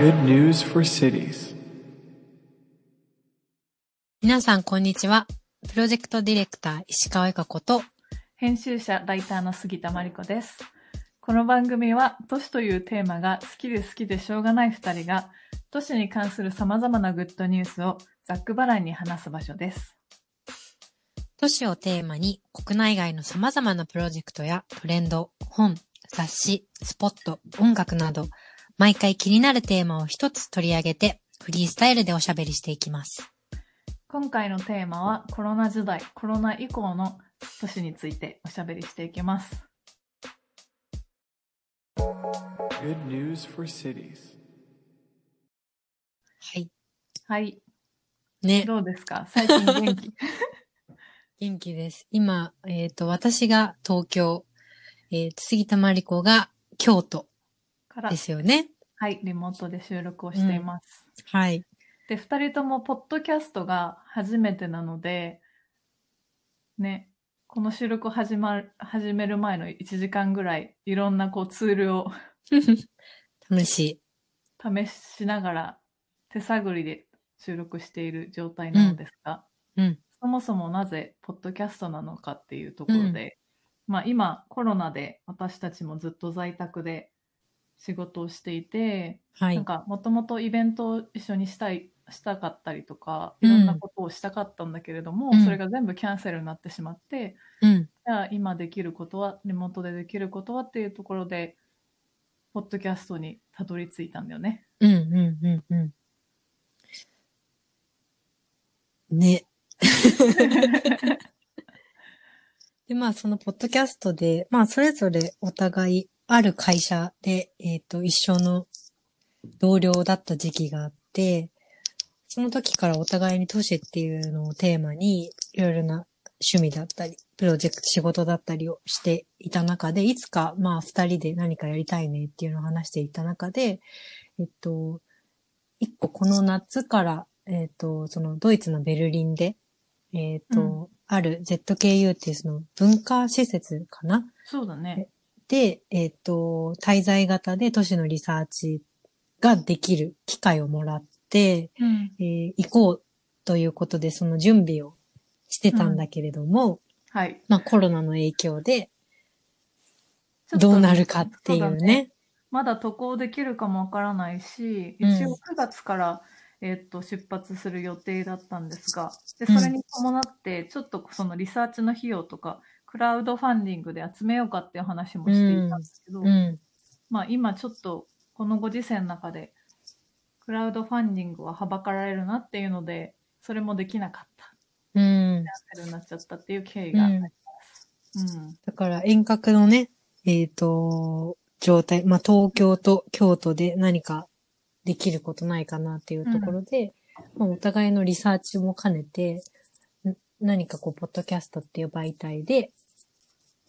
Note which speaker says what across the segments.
Speaker 1: Good news for cities.
Speaker 2: 皆さん、こんにちは。プロジェクトディレクター、石川由香子と、
Speaker 3: 編集者ライターの杉田真理子ですこの番組は都市というテーマが好きで好きでしょうがない二人が都市に関する様々なグッドニュースをざっくばらんに話す場所です
Speaker 2: 都市をテーマに、国内外の様々なプロジェクトやトレンド、本、雑誌、スポット、音楽など、毎回気になるテーマを一つ取り上げて、フリースタイルでおしゃべりしていきます。
Speaker 3: 今回のテーマはコロナ時代コロナ以降の都市についておしゃべりしていきます
Speaker 1: Good news for cities.
Speaker 2: はい。
Speaker 3: はい
Speaker 2: ね。
Speaker 3: どうですか最近 元気
Speaker 2: 元気です。今、えっ、と、私が東京、えー、杉田真理子が京都
Speaker 3: から
Speaker 2: ですよね。
Speaker 3: はいリモートで収録をしています、
Speaker 2: はい。
Speaker 3: で二人ともポッドキャストが初めてなのでねこの収録を始まる始める前の1時間ぐらいいろんなこうツールを
Speaker 2: 楽しい。
Speaker 3: 試しながら手探りで収録している状態なのですが、
Speaker 2: うん。
Speaker 3: そもそもなぜポッドキャストなのかっていうところで、まあ今コロナで私たちもずっと在宅で仕事をしていて、
Speaker 2: は
Speaker 3: なん
Speaker 2: い。
Speaker 3: かもともとイベントを一緒にしたいしたかったりとか
Speaker 2: う
Speaker 3: い
Speaker 2: ん
Speaker 3: ろんなことをしたかったんだけれども、
Speaker 2: うん
Speaker 3: それが全部キャンセルになってしまって、
Speaker 2: うん。
Speaker 3: じゃあ今できることはリモートでできることはっていうところでポッドキャストにたどり着いたんだよね。
Speaker 2: うん、うん、うん、うん。ね。 で、まあ、そのポッドキャストで、まあ、それぞれお互い、ある会社で、えっ、と、一緒の同僚だった時期があって、その時からお互いに都市っていうのをテーマに、いろいろな趣味だったり、プロジェクト、仕事だったりをしていた中で、いつか、まあ、二人で何かやりたいねっていうのを話していた中で、えっと、一個この夏から、えっと、そのドイツのベルリンで、えっと、
Speaker 3: うん
Speaker 2: ある ZKU っていうその文化施設かな
Speaker 3: そうだね。
Speaker 2: で、えっ、と、滞在型で都市のリサーチができる機会をもらって、
Speaker 3: うん、
Speaker 2: えー行こうということで、その準備をしてたんだけれども、
Speaker 3: はい。
Speaker 2: まあコロナの影響で
Speaker 3: ちょっと
Speaker 2: どうなるかっていう
Speaker 3: そだ
Speaker 2: ね。
Speaker 3: まだ渡航できるかもわからないし、
Speaker 2: うん
Speaker 3: 一応9月から、えーっと出発する予定だったんですが、で
Speaker 2: うん
Speaker 3: それに伴って、ちょっとそのリサーチの費用とか、クラウドファンディングで集めようかっていう話もしていたんですけど、
Speaker 2: うん。
Speaker 3: まあ今ちょっとこのご時世の中で、クラウドファンディングははばかられるなっていうので、それもできなかった。
Speaker 2: うん。
Speaker 3: キャンセルになっちゃったっていう経緯があります。うん。
Speaker 2: だから遠隔のね、えっ、と、状態、まあ、東京と京都で何かできることないかなっていうところで、まあ、お互いのリサーチも兼ねて、ん何かこう、ポッドキャストっていう媒体で、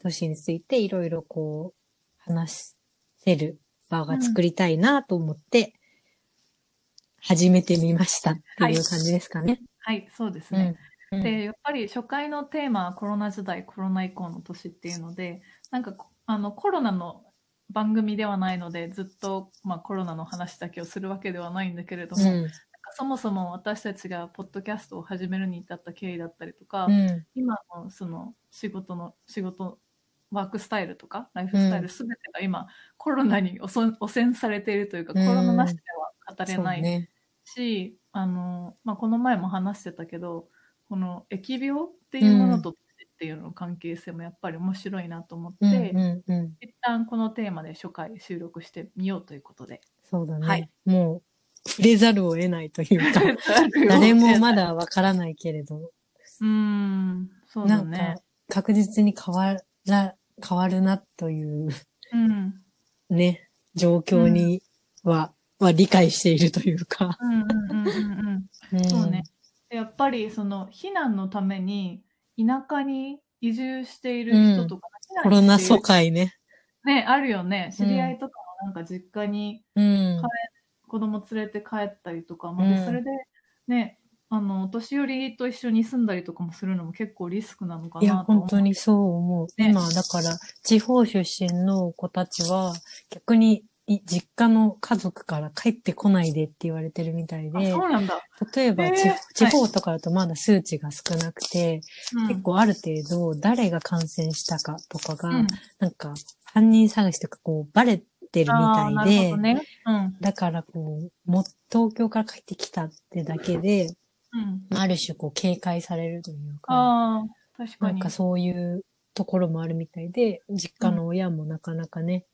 Speaker 2: 都市についていろいろこう、話せる場が作りたいなと思って、始めてみましたっていう感じですかね。
Speaker 3: はい、そうですね。
Speaker 2: うんうん
Speaker 3: でやっぱり初回のテーマはコロナ時代コロナ以降の年っていうのでなんかこあのコロナの番組ではないのでずっと、まあ、コロナの話だけをするわけではないんだけれども、なんかそもそも私たちがポッドキャストを始めるに至った経緯だったりとか、
Speaker 2: うん。うん。
Speaker 3: 今のその仕事の仕事ワークスタイルとかライフスタイ
Speaker 2: うん
Speaker 3: ル全てが今、コロナに汚染汚染されているというか、
Speaker 2: うん
Speaker 3: コロナなしでは語れ
Speaker 2: そう
Speaker 3: ない
Speaker 2: ね。
Speaker 3: し、あの、まあ、この前も話してたけど、この疫病っていうものとっていうのの関係性もやっぱり面白いなと思って、
Speaker 2: うんうんうん。
Speaker 3: 一旦このテーマで初回収録してみようということで。
Speaker 2: そうだね。
Speaker 3: はい
Speaker 2: もう、触れざるを得ないというか、 誰
Speaker 3: 誰
Speaker 2: もまだわからないけれど、
Speaker 3: うん、そう
Speaker 2: な
Speaker 3: だ
Speaker 2: ん
Speaker 3: ね
Speaker 2: か。、確実に変わら、変わるなという、
Speaker 3: うん、
Speaker 2: ね、状況には、は理解しているというか。
Speaker 3: うん、うん、うん、うんうん。
Speaker 2: うん
Speaker 3: そうね。。でやっぱりその避難のために田舎に移住している人とか、
Speaker 2: コ
Speaker 3: 避
Speaker 2: ロナ
Speaker 3: 難してい
Speaker 2: 疎
Speaker 3: る
Speaker 2: 開ね。
Speaker 3: ね、あるよね。知り合
Speaker 2: う
Speaker 3: いとかもなんか実家に
Speaker 2: うん
Speaker 3: は。子供連れて帰ったりとかも、
Speaker 2: うん
Speaker 3: でそれでねあのお年寄りと一緒に住んだりとかもするのも結構リスクなのか
Speaker 2: いや、
Speaker 3: なと思
Speaker 2: 本
Speaker 3: う
Speaker 2: 当にそう思う。
Speaker 3: ね
Speaker 2: 今、だから、地方出身の子たちは、逆に、い実家の家族から帰ってこないでって言われてるみたい
Speaker 3: あ
Speaker 2: で、
Speaker 3: そうなんだ、
Speaker 2: 例えば地、
Speaker 3: えー
Speaker 2: 地方とかだとまだ数値が少なくて、
Speaker 3: うん
Speaker 2: 結構ある程度誰が感染したかとかが、
Speaker 3: うん
Speaker 2: なんか犯人探しとかこうバレてる
Speaker 3: あー
Speaker 2: み
Speaker 3: な
Speaker 2: たい
Speaker 3: る
Speaker 2: で、
Speaker 3: ほどねうん
Speaker 2: だからこう、もう東京から帰ってきたってだけで、
Speaker 3: うん、
Speaker 2: ある種こう警戒されるというか、
Speaker 3: ああ確か
Speaker 2: なん
Speaker 3: に
Speaker 2: かそういうところもあるみたいで、実家の親もなかなかね、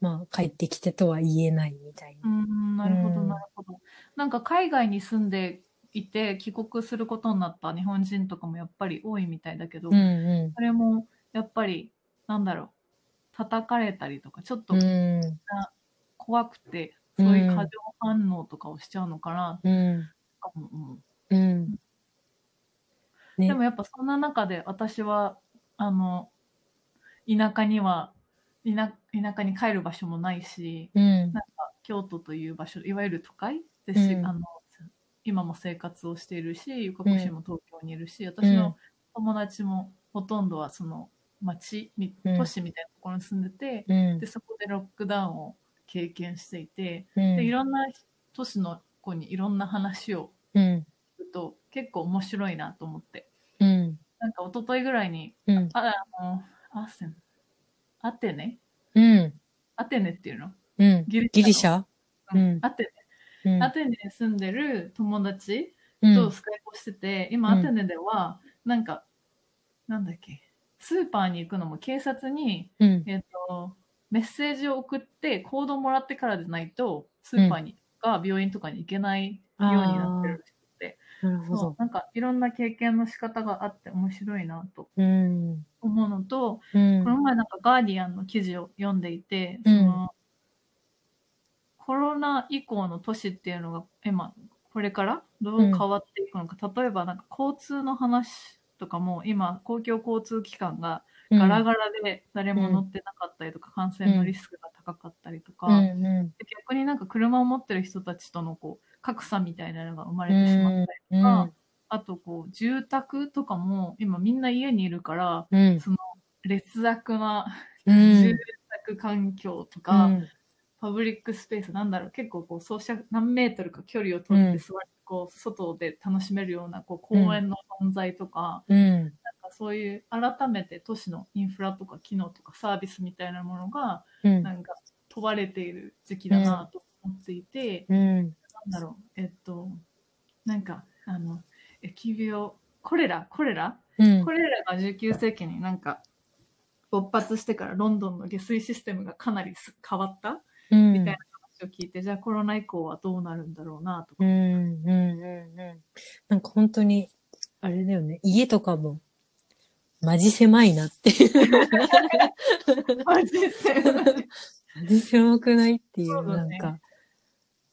Speaker 2: まあ帰ってきてとは言えないみたいな。
Speaker 3: うんなるほど、
Speaker 2: うん
Speaker 3: なるほど。なんか海外に住んでいて帰国することになった日本人とかもやっぱり多いみたいだけど、
Speaker 2: うん
Speaker 3: そ
Speaker 2: うん。
Speaker 3: れもやっぱり、なんだろう、叩かれたりとか、ちょっと
Speaker 2: うん。
Speaker 3: 怖くて、
Speaker 2: うん
Speaker 3: そういう過剰反応とかをしちゃうのかな、
Speaker 2: うん。
Speaker 3: とかも思う
Speaker 2: うん。ね
Speaker 3: でもやっぱそんな中で私は、あの、田舎には、田田舎に帰る場所もないし、
Speaker 2: うん。
Speaker 3: 京都という場所いわゆる都会でし、
Speaker 2: うん
Speaker 3: あの今も生活をしているしゆかこ市も東京にいるし、私
Speaker 2: うん
Speaker 3: の友達もほとんどはその町み
Speaker 2: うん
Speaker 3: 都市みたいなところに住んでて、
Speaker 2: うん
Speaker 3: で。そこでロックダウンを経験していて、
Speaker 2: うん
Speaker 3: でいろんな都市の子にいろんな話を
Speaker 2: うん。
Speaker 3: 聞くと結構面白いなと思って
Speaker 2: うん。
Speaker 3: なんか一昨日ぐらいに
Speaker 2: うん。
Speaker 3: ああのアセンアテネ
Speaker 2: うん。
Speaker 3: アテネっていうの
Speaker 2: うん。
Speaker 3: ギリ
Speaker 2: ギリシャ
Speaker 3: の
Speaker 2: うん
Speaker 3: アテネ
Speaker 2: うん。
Speaker 3: アテネに住んでる友達
Speaker 2: うん
Speaker 3: とスカイプをしてて、今
Speaker 2: うん
Speaker 3: アテネでは、なんか、なんだっけ、スーパーに行くのも警察に、
Speaker 2: うん。
Speaker 3: えっ、と、メッセージを送って、コードもらってからでないと、スーパーに、とか病院とかに行けないようになってるらしくて、
Speaker 2: なるほ
Speaker 3: そう
Speaker 2: ど。
Speaker 3: なんかいろんな経験の仕方があって面白いなと
Speaker 2: うん。
Speaker 3: 思うのと、
Speaker 2: うん
Speaker 3: こ。の前なんかガーディアンの記事を読んでいて、
Speaker 2: うん
Speaker 3: そのコロナ以降の都市っていうのが今これからどう変わっていくのか、例えばなんか交通の話とかも今公共交通機関がガラガラで誰も乗ってなかったりとか、感染のリスクが高かったりとか、
Speaker 2: うん
Speaker 3: で
Speaker 2: う
Speaker 3: 逆になんか車を持ってる人たちとのこう格差みたいなのが生まれ
Speaker 2: ん。
Speaker 3: てしまったり
Speaker 2: う
Speaker 3: とか、
Speaker 2: ん。
Speaker 3: あとこう住宅とかも今みんな家にいるから
Speaker 2: うん。
Speaker 3: 劣悪な
Speaker 2: う
Speaker 3: 住
Speaker 2: ん。
Speaker 3: 宅環境とか、
Speaker 2: うん。
Speaker 3: パブリックスペースなんだろう結構こうソーシャル何メートルか距離を取っ
Speaker 2: うん
Speaker 3: て座って、こう外で楽しめるようなこう
Speaker 2: うん
Speaker 3: 公園の存在とか,、
Speaker 2: うん。
Speaker 3: なんかそういう改めて都市のインフラとか機能とかサービスみたいなものが
Speaker 2: うん。
Speaker 3: なんか問われている時期だなと思っていて、
Speaker 2: うん。
Speaker 3: なんだろうえっとなんかあの疫病コレラコレラ
Speaker 2: うん。
Speaker 3: これらが19世紀になんか勃発してからロンドンの下水システムがかなりす変わった
Speaker 2: うん。
Speaker 3: みたいな話を聞いて、じゃあコロナ以降はどうなるんだろうなとか。
Speaker 2: う ん。うん。うん。うん。なんか本当に、あれだよね。家とかも、マジ狭いなって。
Speaker 3: マジで
Speaker 2: マジ狭くないってい、
Speaker 3: そううだ
Speaker 2: なん
Speaker 3: ね
Speaker 2: か。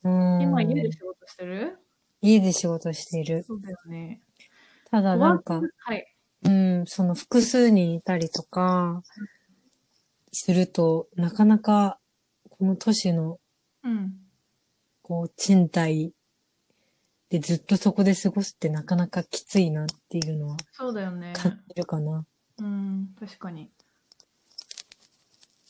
Speaker 2: うん。
Speaker 3: 今家で仕事してる
Speaker 2: 家で仕事している。
Speaker 3: そうだよね。
Speaker 2: ただなん
Speaker 3: ワ
Speaker 2: か
Speaker 3: ー、クはい。
Speaker 2: うん、その複数人いたりとか、すると、なかなか、この都市の、
Speaker 3: うん。
Speaker 2: こう、賃貸でずっとそこで過ごすってなかなかきついなっていうのは
Speaker 3: そうだよね。
Speaker 2: 感じるかな。
Speaker 3: うん、確かに。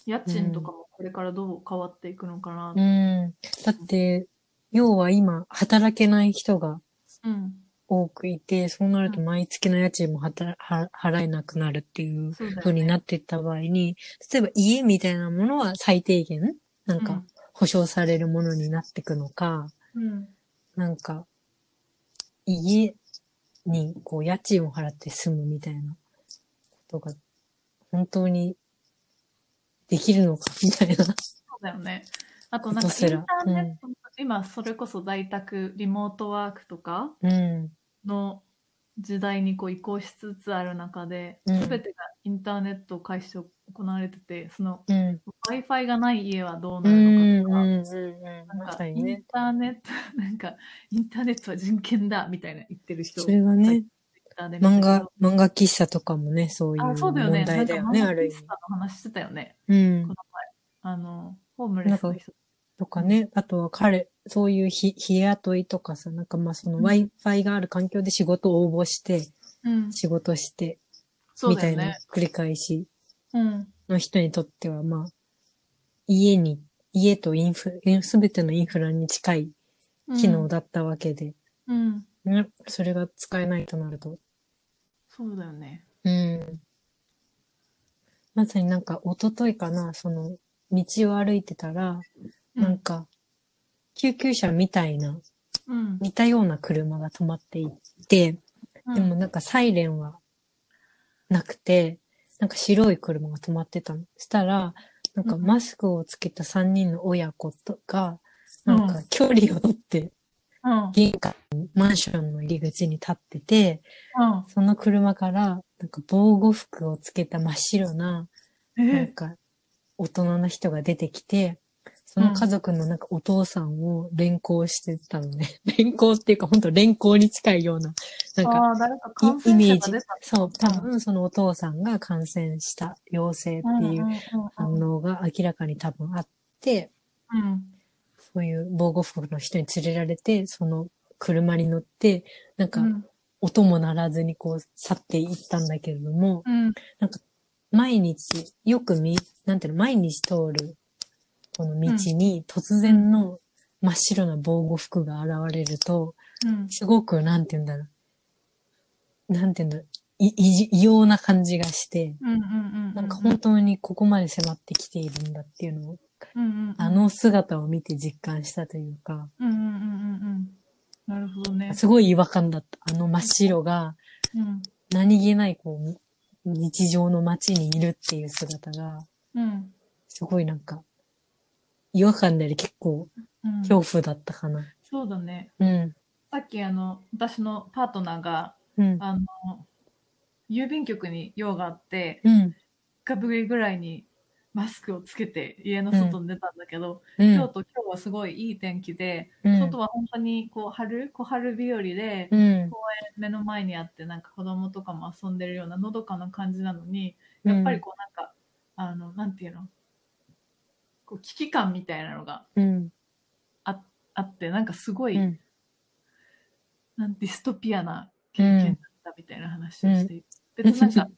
Speaker 3: 家賃とかもこれからどう変わっていくのかな
Speaker 2: う。ん。だって、要は今、働けない人が
Speaker 3: うん。
Speaker 2: 多くいて、そうなると毎月の家賃もはたは払えなくなるっていう
Speaker 3: そうだよね。
Speaker 2: 風になっていった場合に、例えば家みたいなものは最低限、なん
Speaker 3: う
Speaker 2: か
Speaker 3: ん、
Speaker 2: 保証されるものになっていくのか、
Speaker 3: うん。
Speaker 2: なんか、家にこう家賃を払って住むみたいなことが、本当にできるのかみたいな。
Speaker 3: そうだよね。あとなんか
Speaker 2: ことす
Speaker 3: イ
Speaker 2: ら
Speaker 3: ンターネット、今それこそ在宅リモートワークとか
Speaker 2: うん。
Speaker 3: の時代にこう移行しつつある中で、
Speaker 2: うん
Speaker 3: 全てがインターネットを介して行われててその
Speaker 2: うん。
Speaker 3: Wi-Fi がない家はどう
Speaker 2: う。
Speaker 3: なんるのかとか。
Speaker 2: うん。
Speaker 3: なん
Speaker 2: ま
Speaker 3: か
Speaker 2: さ
Speaker 3: イ
Speaker 2: にね
Speaker 3: ン。ターネット、 なんか、インターネットは人権だ、みたいな言ってる人。
Speaker 2: それはね、
Speaker 3: Twitter で見たけ
Speaker 2: 漫
Speaker 3: ど
Speaker 2: 画、漫画喫茶とかもね、そういう
Speaker 3: あ、そう
Speaker 2: 問
Speaker 3: だよね。
Speaker 2: 題だよね、
Speaker 3: な
Speaker 2: あ
Speaker 3: んか、
Speaker 2: る
Speaker 3: マ
Speaker 2: 意
Speaker 3: ス
Speaker 2: 味
Speaker 3: ターの話してたよね。
Speaker 2: うん
Speaker 3: この。前、あの、ホームレスの人。
Speaker 2: とかね、あとは彼、そういう日、日雇いとかさ、なんかまあその
Speaker 3: うん
Speaker 2: Wi-Fi がある環境で仕事を応募して、
Speaker 3: うん、
Speaker 2: 仕事して、
Speaker 3: そう
Speaker 2: み
Speaker 3: だ
Speaker 2: た
Speaker 3: よ
Speaker 2: いな
Speaker 3: ね。
Speaker 2: 繰り返し
Speaker 3: うん、
Speaker 2: の人にとっては、まあ、家に、家とインフ、すべてのインフラに近い
Speaker 3: うん
Speaker 2: 機能だったわけで、
Speaker 3: うん、
Speaker 2: ね、それが使えないとなると。
Speaker 3: そうだよね。
Speaker 2: うん。まさになんか、一昨日かな、その、道を歩いてたら、
Speaker 3: うん
Speaker 2: なんか、救急車みたいな、
Speaker 3: うん、
Speaker 2: 似たような車が止まっていて、
Speaker 3: うん
Speaker 2: でもなんかサイレンはなくて、なんか白い車が止まってたの。したら、なんか
Speaker 3: うん
Speaker 2: マスクをつけた3人の親子とか、
Speaker 3: うん
Speaker 2: なんか距離を取って
Speaker 3: うん、
Speaker 2: 玄関、マンションの入り口に立ってて、
Speaker 3: う
Speaker 2: その車からなんか防護服をつけた真っ白な、
Speaker 3: ん、
Speaker 2: なん
Speaker 3: え、
Speaker 2: か大人な人が出てきて、その家族のなんかお父さんを連行してたのね。 連行っていうか本当連行に近いような、なんか
Speaker 3: ああー、誰か感
Speaker 2: イイメー
Speaker 3: 染者
Speaker 2: ジ
Speaker 3: が出た。
Speaker 2: そう、多分そのお父さんが感染した陽性ってい
Speaker 3: ん
Speaker 2: う反
Speaker 3: んん
Speaker 2: 応が明らかに多分あって、
Speaker 3: うん、
Speaker 2: そういう防護服の人に連れられて、その車に乗って、なんか
Speaker 3: うん
Speaker 2: 音も鳴らずにこう去っていったんだけれども、
Speaker 3: うん、
Speaker 2: 毎日、よく見、なんていうの、毎日通るこの道に突然の真っ白な防護服が現れると、
Speaker 3: うん、
Speaker 2: すごくなんていうんだろう、なんていうんだろう、い異異様な感じがして、
Speaker 3: うん、うん、
Speaker 2: なんか本当にここまで迫ってきているんだっていうのを、
Speaker 3: うん、うん、
Speaker 2: あ、の姿を見て実感したというか、
Speaker 3: うん、うん、うん、うん、なるほどね。
Speaker 2: すごい違和感だった。あの真っ白が
Speaker 3: うん、
Speaker 2: 何気ないこう、日常の街にいるっていう姿が、
Speaker 3: うん、
Speaker 2: すごいなんか、違和感であり結構
Speaker 3: うん、
Speaker 2: 恐怖だったかな。
Speaker 3: そうだね。
Speaker 2: うん。
Speaker 3: さっきあの、私のパートナーが、
Speaker 2: うん。
Speaker 3: あの、郵便局に用があって、
Speaker 2: うん。
Speaker 3: 3日ぶりぐらいにマスクをつけて家の外に出たんだけど、
Speaker 2: うん。
Speaker 3: 京都今日はすごいいい天気で、
Speaker 2: うん
Speaker 3: 外は本当にこう春小春日和で、
Speaker 2: うん。
Speaker 3: 目の前にあってなんか子供とかも遊んでるようなのどかな感じなのにやっぱりこうなんか、あのなんていうのこう危機感みたいなのが
Speaker 2: うん。
Speaker 3: ああってなんかすごい、
Speaker 2: うん。
Speaker 3: なんディストピアな経験だったみたいな話をしてい
Speaker 2: う
Speaker 3: て、
Speaker 2: ん
Speaker 3: 別になんか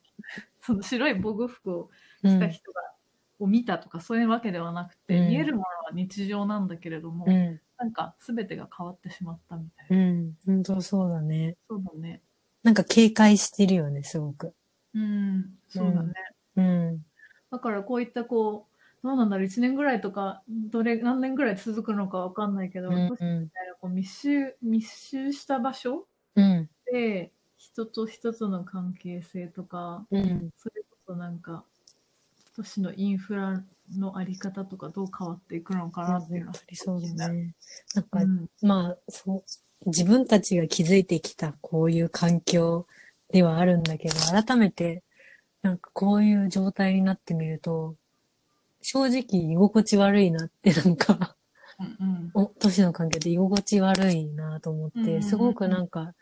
Speaker 3: その白い防護服を
Speaker 2: う
Speaker 3: 来
Speaker 2: ん
Speaker 3: た人が、を見たとかそういうわけではなくて、
Speaker 2: うん
Speaker 3: 見えるものは日常なんだけれども、
Speaker 2: うん。
Speaker 3: なんか全てが変わってしまったみたいな、
Speaker 2: うん。本当そうだね。
Speaker 3: そうだね
Speaker 2: なんか警戒してるよね、すごく。
Speaker 3: うんそうだね、
Speaker 2: うん。
Speaker 3: だからこういったこうどうなんだろう1年ぐらいとかどれ何年ぐらい続くのかわかんないけど、
Speaker 2: うん
Speaker 3: 私みたいなこう密集密集した場所
Speaker 2: うん。
Speaker 3: で人と人との関係性とか
Speaker 2: うん。
Speaker 3: それこそなんか都市のインフラのあり方とかどう変わっていくのかなっていうのは
Speaker 2: 本当にそうだね。なんか、
Speaker 3: うん
Speaker 2: まあ、そう、自分たちが築いてきたこういう環境ではあるんだけど、改めて、なんかこういう状態になってみると、正直居心地悪いなって、なんか、
Speaker 3: うん
Speaker 2: お、都市の環境で居心地悪いなと思っ
Speaker 3: うんうんう
Speaker 2: て、
Speaker 3: ん
Speaker 2: すごくなんか、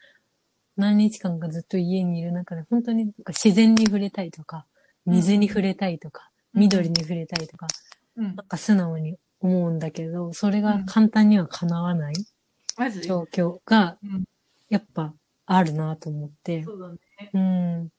Speaker 2: 何日間かずっと家にいる中で、本当になんか自然に触れたいとか、水に触れたいとか、
Speaker 3: うん
Speaker 2: 緑に触れたいとか、
Speaker 3: うんうん
Speaker 2: なんか素直に思うんだけど、それが簡単には叶わない
Speaker 3: マジ
Speaker 2: 状況が
Speaker 3: うん、
Speaker 2: やっぱあるなと思って
Speaker 3: そ。うだね
Speaker 2: うん。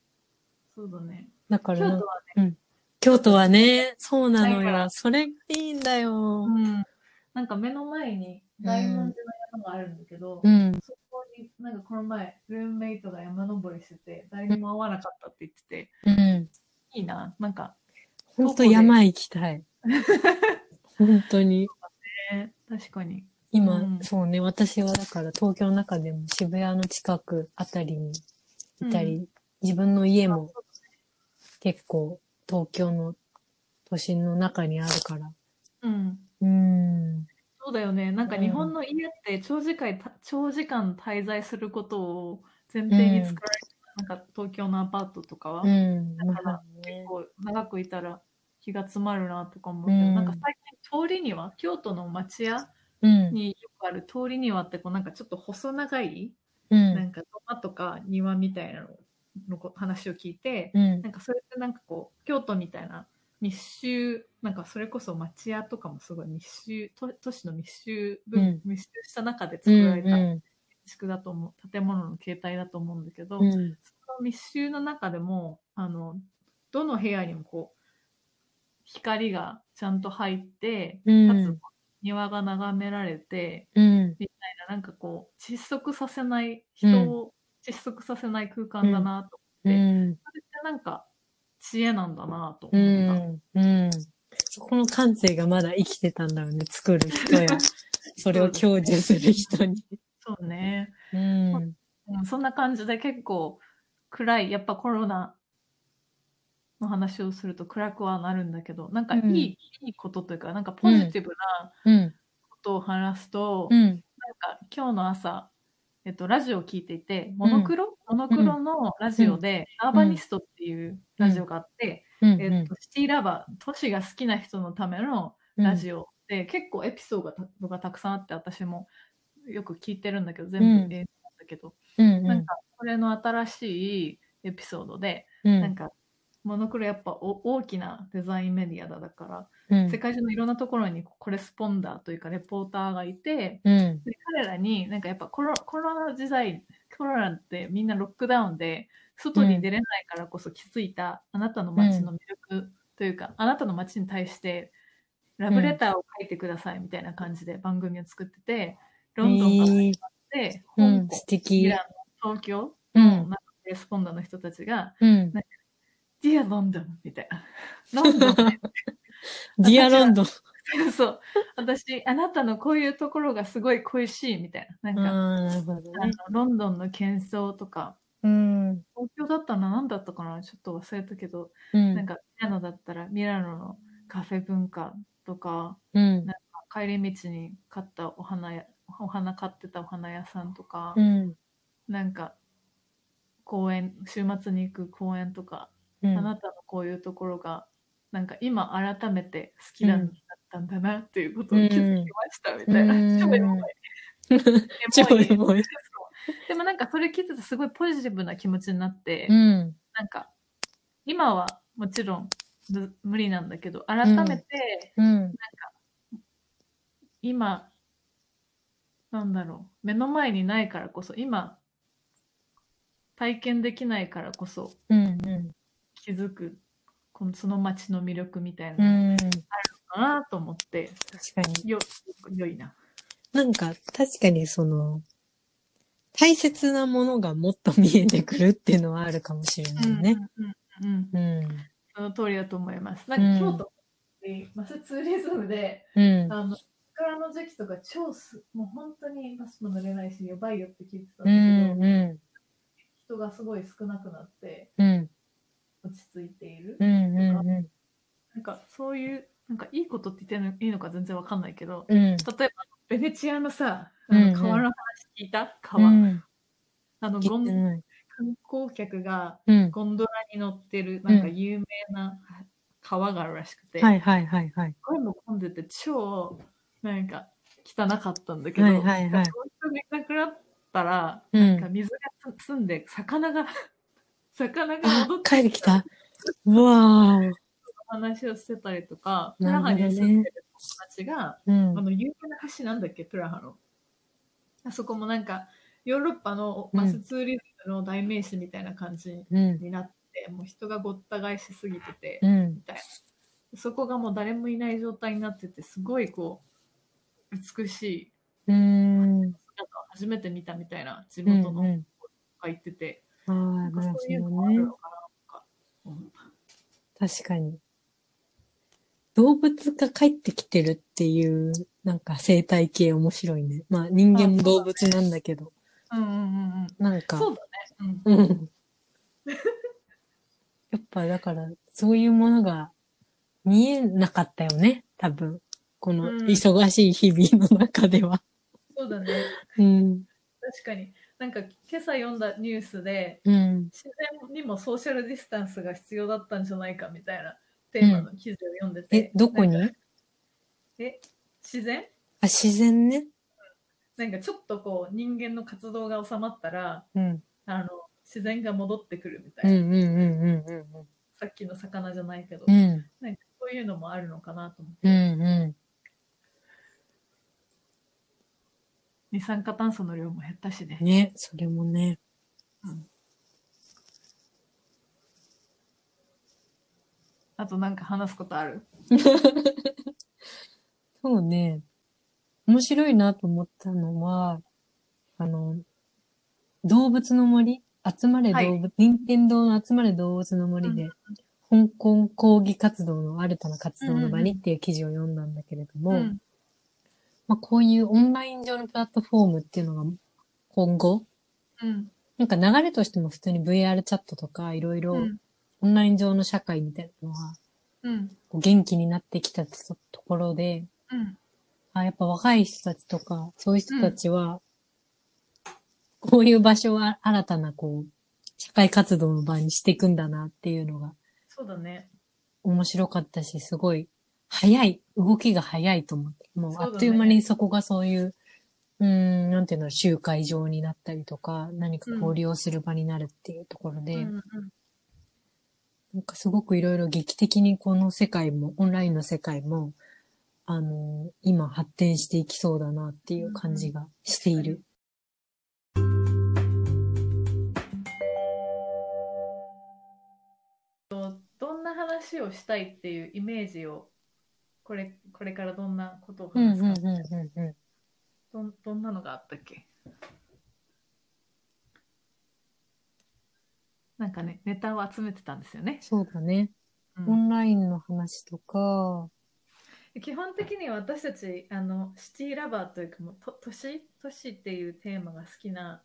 Speaker 3: そうだね
Speaker 2: だか
Speaker 3: 京
Speaker 2: ら
Speaker 3: 都は
Speaker 2: なん
Speaker 3: ね
Speaker 2: か、京都はね、そうなの
Speaker 3: ないから
Speaker 2: よ。それがいいんだよ。
Speaker 3: うん、なんか目の前に大文字の山があるんだけど、
Speaker 2: うん。
Speaker 3: そこになんかこの前ルームメイトが山登りしてて誰にも会わなかったって言ってて、
Speaker 2: うん。
Speaker 3: いいななんか、
Speaker 2: ほんと山行きたい。 本当に。
Speaker 3: ね、確かに
Speaker 2: 今、
Speaker 3: うん
Speaker 2: そうね、私はだから東京の中でも渋谷の近くあたりにいたり、
Speaker 3: う
Speaker 2: 自分の家も結構東京の都心の中にあるから。
Speaker 3: うん
Speaker 2: うん。
Speaker 3: そうだよねなんか
Speaker 2: うん
Speaker 3: 日本の家って長時間た長時間滞在することを前提に作られてる、なんか東京のアパートとかは、
Speaker 2: うん。
Speaker 3: だから
Speaker 2: まあね
Speaker 3: こう長くいたら気が詰まるなとか思うけど、
Speaker 2: うん
Speaker 3: なんか最近通りには京都の町屋
Speaker 2: うん。
Speaker 3: によくある通りにはってこうなんかちょっと細長い、
Speaker 2: うん
Speaker 3: なんか土間とか庭みたいなののこ話を聞いて、
Speaker 2: うん。
Speaker 3: なんかそれってなんかこう京都みたいな密集なんかそれこそ町屋とかもすごい密集都都市の密集
Speaker 2: う
Speaker 3: 分、
Speaker 2: ん
Speaker 3: 密集した中で
Speaker 2: う
Speaker 3: 作られ
Speaker 2: ん
Speaker 3: た
Speaker 2: う
Speaker 3: 地区だと思う、建物の形態だと思うんだけど、
Speaker 2: ん。うん。
Speaker 3: その密集の中でもあのどの部屋にもこう光がちゃんと入って、
Speaker 2: うん
Speaker 3: かつ庭が眺められて
Speaker 2: うん。
Speaker 3: なんかこう窒息させない人を窒息させない空間だなと、
Speaker 2: うん。
Speaker 3: それってなんか知恵なんだなと
Speaker 2: う
Speaker 3: 思った。
Speaker 2: ん。うん。そこの感性がまだ生きてたんだろうね。作る人や、それを享受する人に。
Speaker 3: そうね、
Speaker 2: うん。
Speaker 3: うん、そんな感じで結構暗いやっぱコロナの話をすると暗くはなるんだけどなんかいい,、
Speaker 2: うん
Speaker 3: いいことというかなんかポジティブな
Speaker 2: うん。
Speaker 3: ことを話すと、
Speaker 2: う
Speaker 3: なん
Speaker 2: ん。
Speaker 3: か今日の朝、えっと、ラジオを聞いていてモノクロ、モノクロのラジオで、アーバニストっていうラジオがあって、
Speaker 2: うん。
Speaker 3: えっと、シティラバー都市が好きな人のためのラジオで、結構エピソードがたがたくさんあって私もよく聞いてるんだけど全
Speaker 2: うん
Speaker 3: 部英語なんだけど、
Speaker 2: うん。
Speaker 3: なんかこれの新しいエピソードで、
Speaker 2: うん、
Speaker 3: なんかモノクロやっぱお大きなデザインメディアだだから、
Speaker 2: うん、
Speaker 3: 世界中のいろんなところにコレスポンダーというかレポーターがいて
Speaker 2: うん。
Speaker 3: で彼らになんかやっぱコロコロナ時代コロナってみんなロックダウンで外に出れないからこそ気づいたあなたの街の魅力というか、あなたの街に対してラブレターを書いてくださいみたいな感じで番組を作ってて、ロンドンから
Speaker 2: え
Speaker 3: 始
Speaker 2: ー
Speaker 3: まって、
Speaker 2: うん、
Speaker 3: 香港
Speaker 2: 素
Speaker 3: イ
Speaker 2: 敵。
Speaker 3: ラン東京
Speaker 2: う
Speaker 3: の
Speaker 2: ん
Speaker 3: なんかレスポンダーの人たちが
Speaker 2: うん。
Speaker 3: 「Dear London」みたいな。 ロンドン ね
Speaker 2: ディアロンドン。
Speaker 3: そう私あなたのこういうところがすごい恋しいみたいなな
Speaker 2: あ
Speaker 3: んか、
Speaker 2: あ、なるほど
Speaker 3: あの
Speaker 2: ね。
Speaker 3: ロンドンの喧騒とか
Speaker 2: うん。
Speaker 3: 東京だったら何だったかなちょっと忘れたけど、
Speaker 2: うん。
Speaker 3: なんかミラノだったらミラノのカフェ文化とか
Speaker 2: うん。
Speaker 3: 帰り道に買ったお花やお花買ってたお花屋さんとか、
Speaker 2: うん。
Speaker 3: なんか公園週末に行く公園とか
Speaker 2: う。
Speaker 3: あなんたのこういうところが、なんか今改めて好きなんだったんだなっていうことを気づきましたみたいな。
Speaker 2: うん
Speaker 3: 超エモい。
Speaker 2: 超エモい
Speaker 3: そうでもなんかそれ聞いててすごいポジティブな気持ちになって、
Speaker 2: うん。
Speaker 3: なんか今はもちろんむ無理なんだけど、改めて
Speaker 2: うん。
Speaker 3: 今、なんだろう、目の前にないからこそ、今、体験できないからこそ
Speaker 2: うん。
Speaker 3: 気づく、このその街の魅力みたいな
Speaker 2: う
Speaker 3: の
Speaker 2: ん。
Speaker 3: かなと思って、
Speaker 2: 確かに。
Speaker 3: よ、良いな。
Speaker 2: なんか、確かにその、大切なものがもっと見えてくるっていうのはあるかもしれないね。
Speaker 3: うんうんうんうん、
Speaker 2: うん。
Speaker 3: その通りだと思います。な
Speaker 2: うん
Speaker 3: んか京都ってマスツーリズムで、
Speaker 2: うん。
Speaker 3: あの桜の時期とか超す、もう本当にバスも乗れないし、やばいよって聞いてたん
Speaker 2: う
Speaker 3: だけど、
Speaker 2: ん。うん。
Speaker 3: 人がすごい少なくなって
Speaker 2: うん。
Speaker 3: 落ち着いている。
Speaker 2: うん。うん。
Speaker 3: なんかそういう、なんかいいことって言っていいのか全然わかんないけど、
Speaker 2: うん。
Speaker 3: 例えばベネチアのさ、
Speaker 2: う
Speaker 3: あ
Speaker 2: んう
Speaker 3: の
Speaker 2: ん
Speaker 3: 川の話聞いた川、
Speaker 2: うん。
Speaker 3: あのゴン観光客が
Speaker 2: うん。
Speaker 3: ゴンドラに乗ってる、なんか有名な川があるらしくて、
Speaker 2: はいはいはいはい。
Speaker 3: 声も混んでて超なんか汚かったんだけど、
Speaker 2: はいはいはい
Speaker 3: なんか本当になくなったら、
Speaker 2: う
Speaker 3: なんか
Speaker 2: ん。
Speaker 3: 水がつ澄んで魚が 魚が
Speaker 2: あ
Speaker 3: 戻っ、て
Speaker 2: 帰ってきた。うわー。
Speaker 3: 話をしてたりとか、プ
Speaker 2: なる
Speaker 3: ラ
Speaker 2: ほ
Speaker 3: ハ
Speaker 2: どね
Speaker 3: に住んでる友達が、
Speaker 2: うん
Speaker 3: あ。の有名な橋なんだっけプラハのあそこもなんかヨーロッパの
Speaker 2: うん
Speaker 3: マスツーリズムの代名詞みたいな感じ
Speaker 2: うん。
Speaker 3: になって、もう人がごった返しすぎてて、
Speaker 2: うん。
Speaker 3: そこがもう誰もいない状態になっててすごいこう美しい
Speaker 2: うん。
Speaker 3: なんか初めて見たみたいな地
Speaker 2: うん
Speaker 3: 元の
Speaker 2: うん。
Speaker 3: が言ってて、
Speaker 2: ああ、な
Speaker 3: な
Speaker 2: んる
Speaker 3: かそういう
Speaker 2: ほ
Speaker 3: の
Speaker 2: ど
Speaker 3: もある
Speaker 2: ね
Speaker 3: の。かなとか思った、
Speaker 2: 確かに。動物が帰ってきてるっていう、なんか生態系面白いね。まあ人間も動物なんだけど、
Speaker 3: うんうんうんうん
Speaker 2: なんか、
Speaker 3: そうだね、うん、
Speaker 2: うん。やっぱだから、そういうものが見えなかったよね、多分。この
Speaker 3: うん
Speaker 2: 忙しい日々の中では。
Speaker 3: そうだね
Speaker 2: うん。
Speaker 3: 確かになんか今朝読んだニュースで
Speaker 2: うん。
Speaker 3: 自然にもソーシャルディスタンスが必要だったんじゃないかみたいなテーマの記事を読んでて、
Speaker 2: え、どこに
Speaker 3: なんか
Speaker 2: あ、
Speaker 3: え自然
Speaker 2: 自然ね。
Speaker 3: なんかちょっとこう人間の活動が収まったら
Speaker 2: うん。
Speaker 3: あの自然が戻ってくるみた
Speaker 2: う
Speaker 3: い
Speaker 2: ん
Speaker 3: な、
Speaker 2: うんうんうんうん
Speaker 3: さっきの魚じゃないけど、
Speaker 2: うん。うん。
Speaker 3: なんかそういうのもあるのかなと思って。
Speaker 2: うんう
Speaker 3: 二酸化炭素の量も減ったしね。
Speaker 2: ん。ね、それもね。
Speaker 3: あとなんか話すことある
Speaker 2: そうね。面白いなと思ったのは、あの、動物の森集まれ動物、任天堂の集まれ動物の森で、香港抗議活動の新たな活動の場にっていう記事を読んだんだけれども、
Speaker 3: うん。
Speaker 2: まあ、こういうオンライン上のプラットフォームっていうのが今後、
Speaker 3: うん。
Speaker 2: なんか流れとしても普通に VR チャットとかいろいうろ
Speaker 3: ん。
Speaker 2: オンライン上の社会みたいなのが
Speaker 3: うん。
Speaker 2: こう元気になってきたとところで、
Speaker 3: うん。
Speaker 2: あ、やっぱ若い人たちとか、そういう人たちは、こういう場所は新たなこう、社会活動の場にしていくんだなっていうのが
Speaker 3: そうだね。
Speaker 2: 面白かったし、すごい早い、動きが早いと思って、もう
Speaker 3: そうだ
Speaker 2: あ
Speaker 3: ね
Speaker 2: っという間にそこがそういう、うーん、なんていうの、集会場になったりとか、何か交流をする場になるっていうところで、
Speaker 3: うんうん
Speaker 2: なんかすごくいろいろ劇的にこの世界も、オンラインの世界も、あの今発展していきそうだなっていう感じがしている。
Speaker 3: どんな話をしたいっていうイメージをこれこれからどんなことを
Speaker 2: うん
Speaker 3: 話
Speaker 2: うん
Speaker 3: すか、
Speaker 2: うんうんう
Speaker 3: どんどんなのがあったっけなんかねネタを集めてたんですよね
Speaker 2: ん。、そうだね。
Speaker 3: う
Speaker 2: オ
Speaker 3: ん
Speaker 2: ンラインの話とか、
Speaker 3: 基本的に私たちあのシティラバーというかもうと都市都市っていうテーマが好きな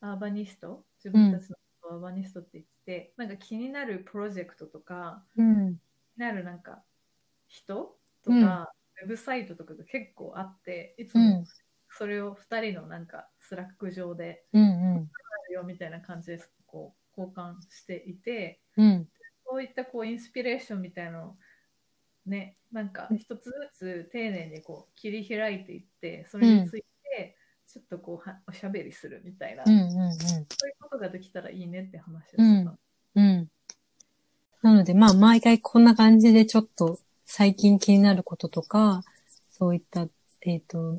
Speaker 3: アーバニスト自分たちのことをアーバニストって言って、なんか気になるプロジェクトとか
Speaker 2: うん、
Speaker 3: なるなんか人と
Speaker 2: うん
Speaker 3: か、ウェブサイトとかが結構あっていつ
Speaker 2: うん
Speaker 3: もそれを2人のなんかスラック上で
Speaker 2: うんうん、
Speaker 3: あるよみたいな感じでこう交換していて
Speaker 2: うん、
Speaker 3: そういったこうインスピレーションみたいなのをねなんか一つずつ丁寧にこう切り開いていってそれについてちょっとこうはおしゃべりするみたいな、
Speaker 2: うん、う、
Speaker 3: そうん
Speaker 2: うん。
Speaker 3: いうことができたらいいねって話をしてた、
Speaker 2: うんうん。なので、まあ、毎回こんな感じでちょっと最近気になることとか、そういった、えっ、と、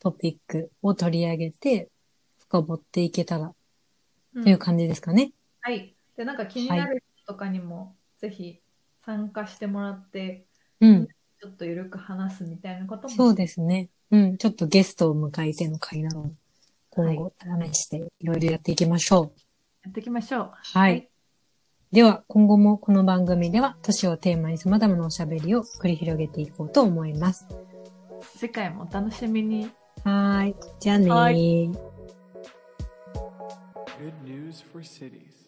Speaker 2: トピックを取り上げて、深掘っていけたら、
Speaker 3: う
Speaker 2: と
Speaker 3: ん
Speaker 2: いう感じですかね。
Speaker 3: はい。で、なんか気になる人とかにも、ぜひ参加してもらって、
Speaker 2: うん。
Speaker 3: ちょっとゆるく話すみたいなことも。
Speaker 2: そうですね。うん。ちょっとゲストを迎えての会なども、今後、試して、いろいろやっていきましょう。
Speaker 3: やっていきましょう。
Speaker 2: はい。
Speaker 3: はい
Speaker 2: では、今後もこの番組では、都市をテーマに様々なおしゃべりを繰り広げていこうと思います。
Speaker 3: 次回もお楽しみに。
Speaker 2: はーい。じゃあねー。
Speaker 1: Good news for cities.